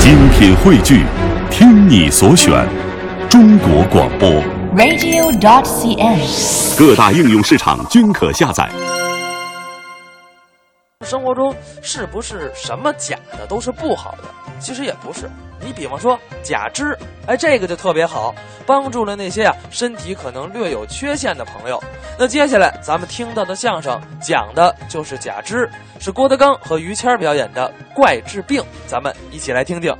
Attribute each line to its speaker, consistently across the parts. Speaker 1: 精品汇聚，听你所选，中国广播。
Speaker 2: radio.cn。
Speaker 1: 各大应用市场均可下载。
Speaker 3: 生活中是不是什么假的都是不好的？其实也不是。你比方说假肢，哎，这个就特别好，帮助了那些啊身体可能略有缺陷的朋友。那接下来咱们听到的相声讲的就是假肢，是郭德纲和于谦儿表演的《怪治病》，咱们一起来听听。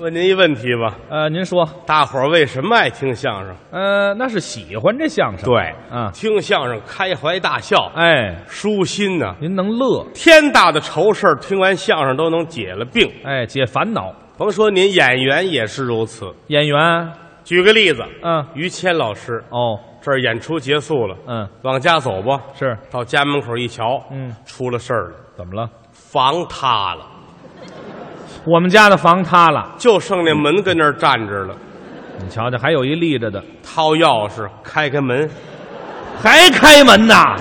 Speaker 4: 问您一问题吧，
Speaker 5: 呃，您说，
Speaker 4: 大伙儿为什么爱听相声？
Speaker 5: 呃，那是喜欢这相声，，
Speaker 4: 对，
Speaker 5: 嗯
Speaker 4: 听相声开怀大笑，
Speaker 5: 哎，
Speaker 4: 舒心呐、
Speaker 5: 您能乐，
Speaker 4: 天大的愁事儿，听完相声都能解了病。
Speaker 5: 哎，解烦恼。
Speaker 4: 甭说您演员也是如此。
Speaker 5: 演员，
Speaker 4: 举个例子，
Speaker 5: 嗯，
Speaker 4: 于谦老师
Speaker 5: 哦，
Speaker 4: 这儿演出结束了，
Speaker 5: 嗯，
Speaker 4: 往家走吧。
Speaker 5: 是，
Speaker 4: 到家门口一瞧，
Speaker 5: 嗯，
Speaker 4: 出了事儿了，
Speaker 5: 怎么了？
Speaker 4: 房塌了，
Speaker 5: 我们家的房塌了，
Speaker 4: 就剩那门跟那儿站着了。
Speaker 5: 你瞧瞧，还有一立着的，
Speaker 4: 掏钥匙开开门，
Speaker 5: 还开门呐？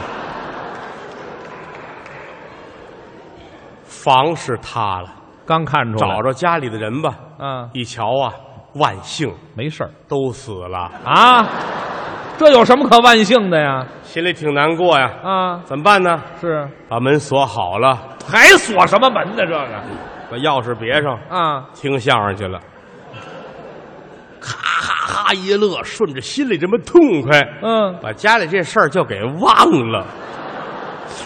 Speaker 4: 房是塌了，
Speaker 5: 刚看出来，
Speaker 4: 找着家里的人吧。
Speaker 5: 啊，
Speaker 4: 一瞧啊，万幸
Speaker 5: 没事儿
Speaker 4: 都死了，
Speaker 5: 啊，这有什么可万幸的呀？
Speaker 4: 心里挺难过呀。
Speaker 5: 啊，
Speaker 4: 怎么办呢？
Speaker 5: 是，
Speaker 4: 把门锁好了，
Speaker 5: 还锁什么门呢？这个
Speaker 4: 把钥匙别上，
Speaker 5: 啊，
Speaker 4: 听相声去了。咔哈哈一乐，顺着心里这么痛快，
Speaker 5: 嗯，
Speaker 4: 把家里这事儿就给忘了。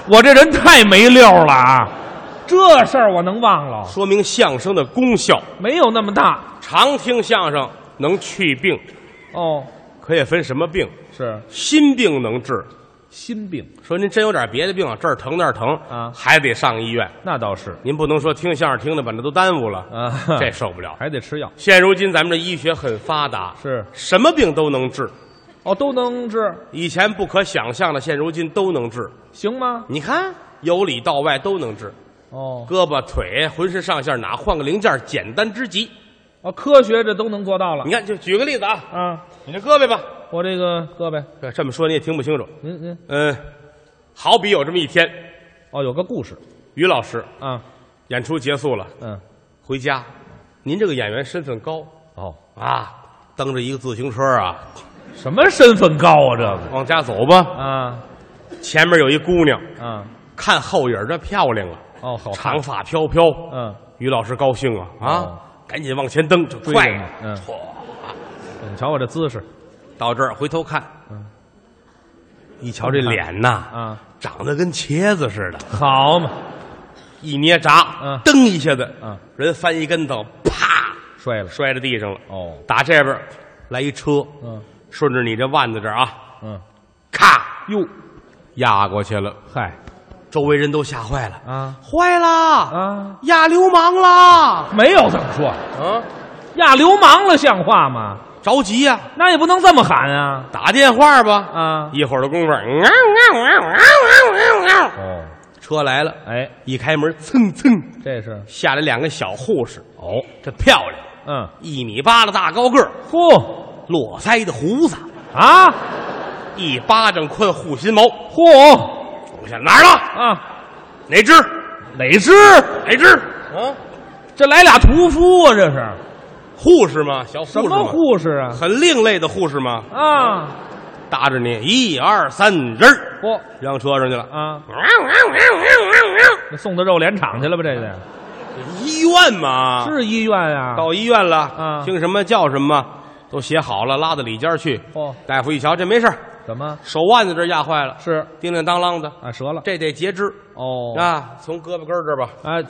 Speaker 5: 我这人太没溜了啊，这事儿我能忘了？
Speaker 4: 说明相声的功效，
Speaker 5: 没有那么大
Speaker 4: 常听相声能去病，
Speaker 5: 哦，
Speaker 4: 可也分什么病，
Speaker 5: 是
Speaker 4: 心病能治。
Speaker 5: 心病。
Speaker 4: 说您真有点别的病，这儿疼那儿疼
Speaker 5: 啊
Speaker 4: 还得上医院。
Speaker 5: 那倒是，
Speaker 4: 您不能说听相声听的把那都耽误了
Speaker 5: 啊
Speaker 4: 这受不了。
Speaker 5: 还得吃药，
Speaker 4: 现如今咱们这医学很发达，
Speaker 5: 是
Speaker 4: 什么病都能治，
Speaker 5: 哦，都能治，
Speaker 4: 以前不可想象的，现如今都能治。
Speaker 5: 行吗？
Speaker 4: 你看，由里到外都能治，
Speaker 5: 哦，
Speaker 4: 胳膊、腿、浑身上下哪换个零件，简单之极。
Speaker 5: 哦，科学这都能做到了
Speaker 4: 你。看，就举个例子啊，
Speaker 5: 啊，
Speaker 4: 你这胳膊吧，
Speaker 5: 我这个胳膊，
Speaker 4: 这么说你也听不清楚。
Speaker 5: 您您
Speaker 4: 嗯，好比有这么一天，
Speaker 5: 哦，有个故事
Speaker 4: 于老师
Speaker 5: 啊，
Speaker 4: 演出结束了，
Speaker 5: 嗯，
Speaker 4: 回家，您这个演员身份高
Speaker 5: 哦，
Speaker 4: 啊，蹬着一个自行车啊，
Speaker 5: 什么身份高啊这个
Speaker 4: 往家走吧。
Speaker 5: 啊
Speaker 4: 前面有一姑娘，
Speaker 5: 啊
Speaker 4: 看后影儿这漂亮啊，
Speaker 5: 哦，好看
Speaker 4: 长发飘飘。
Speaker 5: 嗯，
Speaker 4: 于老师高兴啊啊，
Speaker 5: 哦
Speaker 4: 赶紧往前蹬，这
Speaker 5: 追
Speaker 4: 快啊
Speaker 5: 着呢
Speaker 4: 呀！
Speaker 5: 嗯
Speaker 4: 唰、
Speaker 5: 你瞧我这姿势
Speaker 4: 到这儿回头看，
Speaker 5: 嗯
Speaker 4: 一瞧这脸呐，
Speaker 5: 啊，
Speaker 4: 长得跟茄子似的，
Speaker 5: 好嘛，
Speaker 4: 一捏闸，
Speaker 5: 嗯
Speaker 4: 噔一下子，
Speaker 5: 嗯
Speaker 4: 人翻一跟头，啪，
Speaker 5: 摔了
Speaker 4: 摔在地上了。
Speaker 5: 哦，
Speaker 4: 打这边儿来一车，
Speaker 5: 嗯
Speaker 4: 顺着你这腕子这儿啊，
Speaker 5: 嗯，
Speaker 4: 咔
Speaker 5: 哟，
Speaker 4: 压过去了，
Speaker 5: 嗨
Speaker 4: 周围人都吓坏了，
Speaker 5: 啊
Speaker 4: 坏啦，
Speaker 5: 啊，
Speaker 4: 压流氓啦，
Speaker 5: 没有这么说，
Speaker 4: 啊，
Speaker 5: 呀，流氓了像话吗？
Speaker 4: 着急呀、
Speaker 5: 那也不能这么喊啊
Speaker 4: 打电话吧，
Speaker 5: 啊，
Speaker 4: 一会儿的功夫，嗷嗷嗷嗷嗷嗷，
Speaker 5: 哦，
Speaker 4: 车来了，
Speaker 5: 哎，
Speaker 4: 一开门，蹭蹭
Speaker 5: 这是
Speaker 4: 下来两个小护士。哦，这漂亮，
Speaker 5: 嗯，
Speaker 4: 一米八的大高个儿，
Speaker 5: 嚯
Speaker 4: 络腮的胡子，
Speaker 5: 啊。
Speaker 4: 一巴掌宽护心毛。
Speaker 5: 嚯
Speaker 4: 我想哪儿了？
Speaker 5: 啊，
Speaker 4: 哪只？
Speaker 5: 哪只？
Speaker 4: 哪只？啊，
Speaker 5: 这来俩屠夫啊，这是
Speaker 4: 护士吗？小护士
Speaker 5: 什
Speaker 4: 吗
Speaker 5: 么护士啊？
Speaker 4: 很另类的护士吗？
Speaker 5: 啊，
Speaker 4: 搭着你，一二三，人儿
Speaker 5: 嚯
Speaker 4: 扔车上去了。
Speaker 5: 啊，
Speaker 4: 嗷嗷嗷嗷
Speaker 5: 这送到肉联厂去了吧？这个
Speaker 4: 嗷！医院嘛，
Speaker 5: 是医院啊？
Speaker 4: 到医院了，
Speaker 5: 啊
Speaker 4: 听什么叫什么，都写好了，拉到里间去。
Speaker 5: 嚯，
Speaker 4: 大夫一瞧，这没事儿
Speaker 5: 怎么
Speaker 4: 手腕子这儿压坏了，
Speaker 5: 是
Speaker 4: 叮叮当啷的，
Speaker 5: 啊？折了？
Speaker 4: 这得截肢
Speaker 5: 哦
Speaker 4: 啊，从胳膊根儿这儿吧，
Speaker 5: 啊，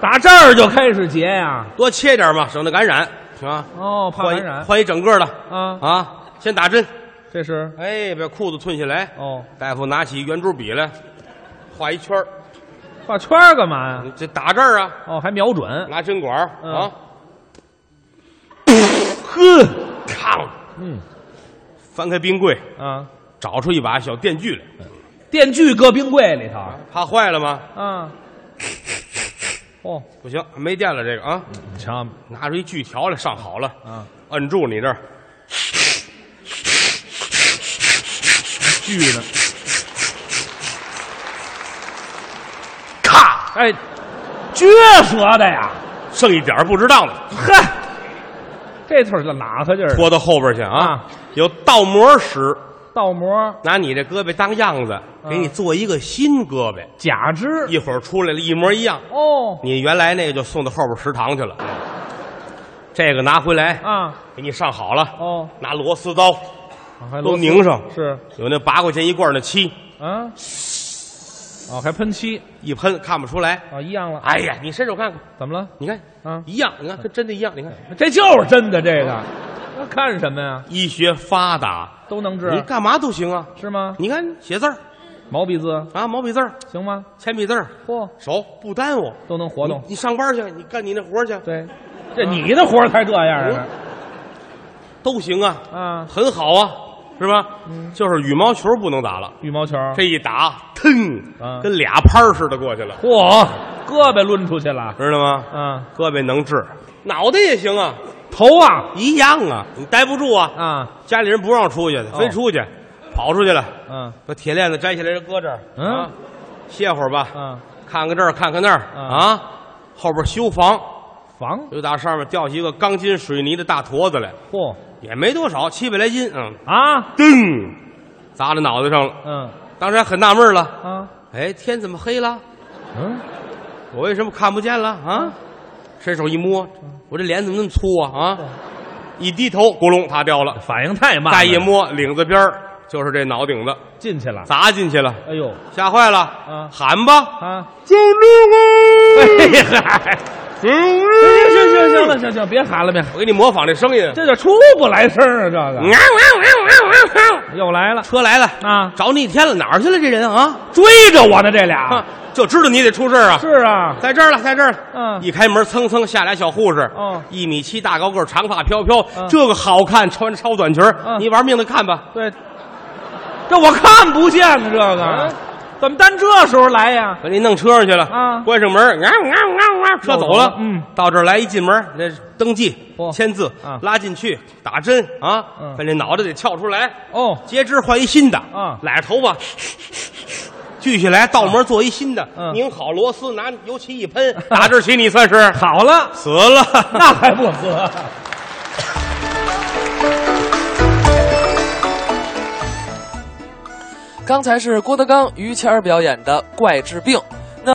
Speaker 5: 打这儿就开始结呀？
Speaker 4: 多切点嘛，省得感染啊。
Speaker 5: 哦，怕
Speaker 4: 换一
Speaker 5: 感染
Speaker 4: 换一整个的
Speaker 5: 啊？
Speaker 4: 啊，先打针。
Speaker 5: 这是
Speaker 4: 哎，把裤子褪下来。
Speaker 5: 哦，
Speaker 4: 大夫拿起圆珠笔来，画一圈儿
Speaker 5: 画圈儿干嘛呀？
Speaker 4: 你这打这儿啊，
Speaker 5: 哦，还瞄准，
Speaker 4: 拿针管儿
Speaker 5: 嗯
Speaker 4: 啊，呵，烫，
Speaker 5: 嗯
Speaker 4: 翻开冰柜，
Speaker 5: 啊，
Speaker 4: 找出一把小电锯来，
Speaker 5: 电锯搁冰柜里头
Speaker 4: 怕坏了吗？
Speaker 5: 啊。哦，
Speaker 4: 不行，没电了，这个啊，
Speaker 5: 你瞧
Speaker 4: 拿出一锯条来，上好了，
Speaker 5: 啊，
Speaker 4: 摁住你这儿，
Speaker 5: 锯呢？
Speaker 4: 咔，
Speaker 5: 哎，撅舌的呀！
Speaker 4: 剩一点儿不值当的，
Speaker 5: 嗨，这词儿叫哪个劲儿？
Speaker 4: 拖到后边去啊
Speaker 5: 啊！
Speaker 4: 有倒模使，
Speaker 5: 倒模
Speaker 4: 拿你这胳膊当样子，
Speaker 5: 嗯
Speaker 4: 给你做一个新胳膊，
Speaker 5: 假肢
Speaker 4: 一会儿出来了一模一样。
Speaker 5: 哦
Speaker 4: 你原来那个就送到后边食堂去了，这个拿回来，
Speaker 5: 嗯啊
Speaker 4: 给你上好了，
Speaker 5: 哦，
Speaker 4: 拿螺丝刀
Speaker 5: 还
Speaker 4: 都
Speaker 5: 螺丝
Speaker 4: 拧上，
Speaker 5: 是
Speaker 4: 有那八块钱一罐的漆，
Speaker 5: 啊，哦还喷漆
Speaker 4: 一喷看不出来。
Speaker 5: 啊一样了，
Speaker 4: 哎呀，你伸手看看，
Speaker 5: 怎么了？
Speaker 4: 你看
Speaker 5: 啊，
Speaker 4: 一样，你看跟真的一样，你看
Speaker 5: 这就是真的这个，那看什么呀？
Speaker 4: 医学发达，
Speaker 5: 都能治
Speaker 4: 你干嘛都行啊。
Speaker 5: 是吗？
Speaker 4: 你看写字儿
Speaker 5: 毛笔字
Speaker 4: 啊，毛笔字儿、
Speaker 5: 行吗？
Speaker 4: 铅笔字儿，
Speaker 5: 嚯，
Speaker 4: 手不耽误。
Speaker 5: 都能活动
Speaker 4: 你。你上班去，你干你那活去
Speaker 5: 对，这你的活儿才这样呢
Speaker 4: 都行啊，
Speaker 5: 啊！
Speaker 4: 很好啊，是吧？就是羽毛球不能打了，
Speaker 5: 羽毛球，
Speaker 4: 这一打，腾
Speaker 5: 啊，
Speaker 4: 跟俩拍儿似的过去了，
Speaker 5: 嚯，胳膊抡出去了
Speaker 4: 知道吗？
Speaker 5: 啊！
Speaker 4: 胳膊能治，嗯脑袋也行啊，
Speaker 5: 头啊
Speaker 4: 一样啊，你待不住啊，
Speaker 5: 啊
Speaker 4: 家里人不让出去，非出去，跑出去了，
Speaker 5: 嗯
Speaker 4: 把铁链子摘下来搁这儿，
Speaker 5: 嗯
Speaker 4: 啊，嗯歇会儿吧，
Speaker 5: 啊，
Speaker 4: 看看这儿，看看那儿
Speaker 5: 嗯
Speaker 4: 啊，后边修房，
Speaker 5: 防
Speaker 4: 又打上面吊起一个钢筋水泥的大坨子来，
Speaker 5: 嚯
Speaker 4: 也没多少，七百来斤，嗯，
Speaker 5: 啊
Speaker 4: 噔，砸在脑袋上了。
Speaker 5: 嗯
Speaker 4: 当时还很纳闷了，
Speaker 5: 啊
Speaker 4: 哎，天怎么黑了？
Speaker 5: 嗯
Speaker 4: 我为什么看不见了啊？伸手一摸，我这脸怎么那么粗啊啊！一低头，咕隆，塌掉了。
Speaker 5: 反应太慢了，
Speaker 4: 再一摸，领子边儿就是这脑顶子
Speaker 5: 进去了，
Speaker 4: 砸进去了，
Speaker 5: 哎呦
Speaker 4: 吓坏了，
Speaker 5: 嗯
Speaker 4: 喊吧，
Speaker 5: 啊！
Speaker 4: 救命啊！
Speaker 5: 哎嗨，行行行行了，行行，别喊了，别喊，
Speaker 4: 我给你模仿这声音，
Speaker 5: 这就出不来声儿啊！这个又来了
Speaker 4: 车来了
Speaker 5: 啊，
Speaker 4: 找你一天了，哪儿去了这人啊？
Speaker 5: 追着我呢，这俩
Speaker 4: 啊就知道你得出事儿啊！
Speaker 5: 是啊，
Speaker 4: 在这儿了，在这儿了。
Speaker 5: 嗯
Speaker 4: 一开门，蹭蹭下来小护士。
Speaker 5: 哦
Speaker 4: 一米七大高个儿，长发飘飘，
Speaker 5: 嗯
Speaker 4: 这个好看，穿着超短裙儿
Speaker 5: 嗯
Speaker 4: 你玩命的看吧。
Speaker 5: 对，这我看不见呢，这个怎么单这时候来呀？
Speaker 4: 把你弄车上去了
Speaker 5: 啊
Speaker 4: 关上门，啊啊啊啊，车走了。
Speaker 5: 嗯，
Speaker 4: 到这儿来一进门，那登记
Speaker 5: 嚯、
Speaker 4: 签字
Speaker 5: 啊、
Speaker 4: 拉进去、打针啊
Speaker 5: 嗯，
Speaker 4: 把那脑袋得撬出来，
Speaker 5: 哦，
Speaker 4: 截肢换一新的
Speaker 5: 啊
Speaker 4: 揽着头发。 锯下来，倒模做一新的，
Speaker 5: 嗯
Speaker 4: 拧好螺丝，拿油漆一 喷，打这儿起你算是
Speaker 5: 好了，
Speaker 4: 死了。
Speaker 5: 那还不死？
Speaker 3: 刚才是郭德纲、于谦儿表演的《怪治病》，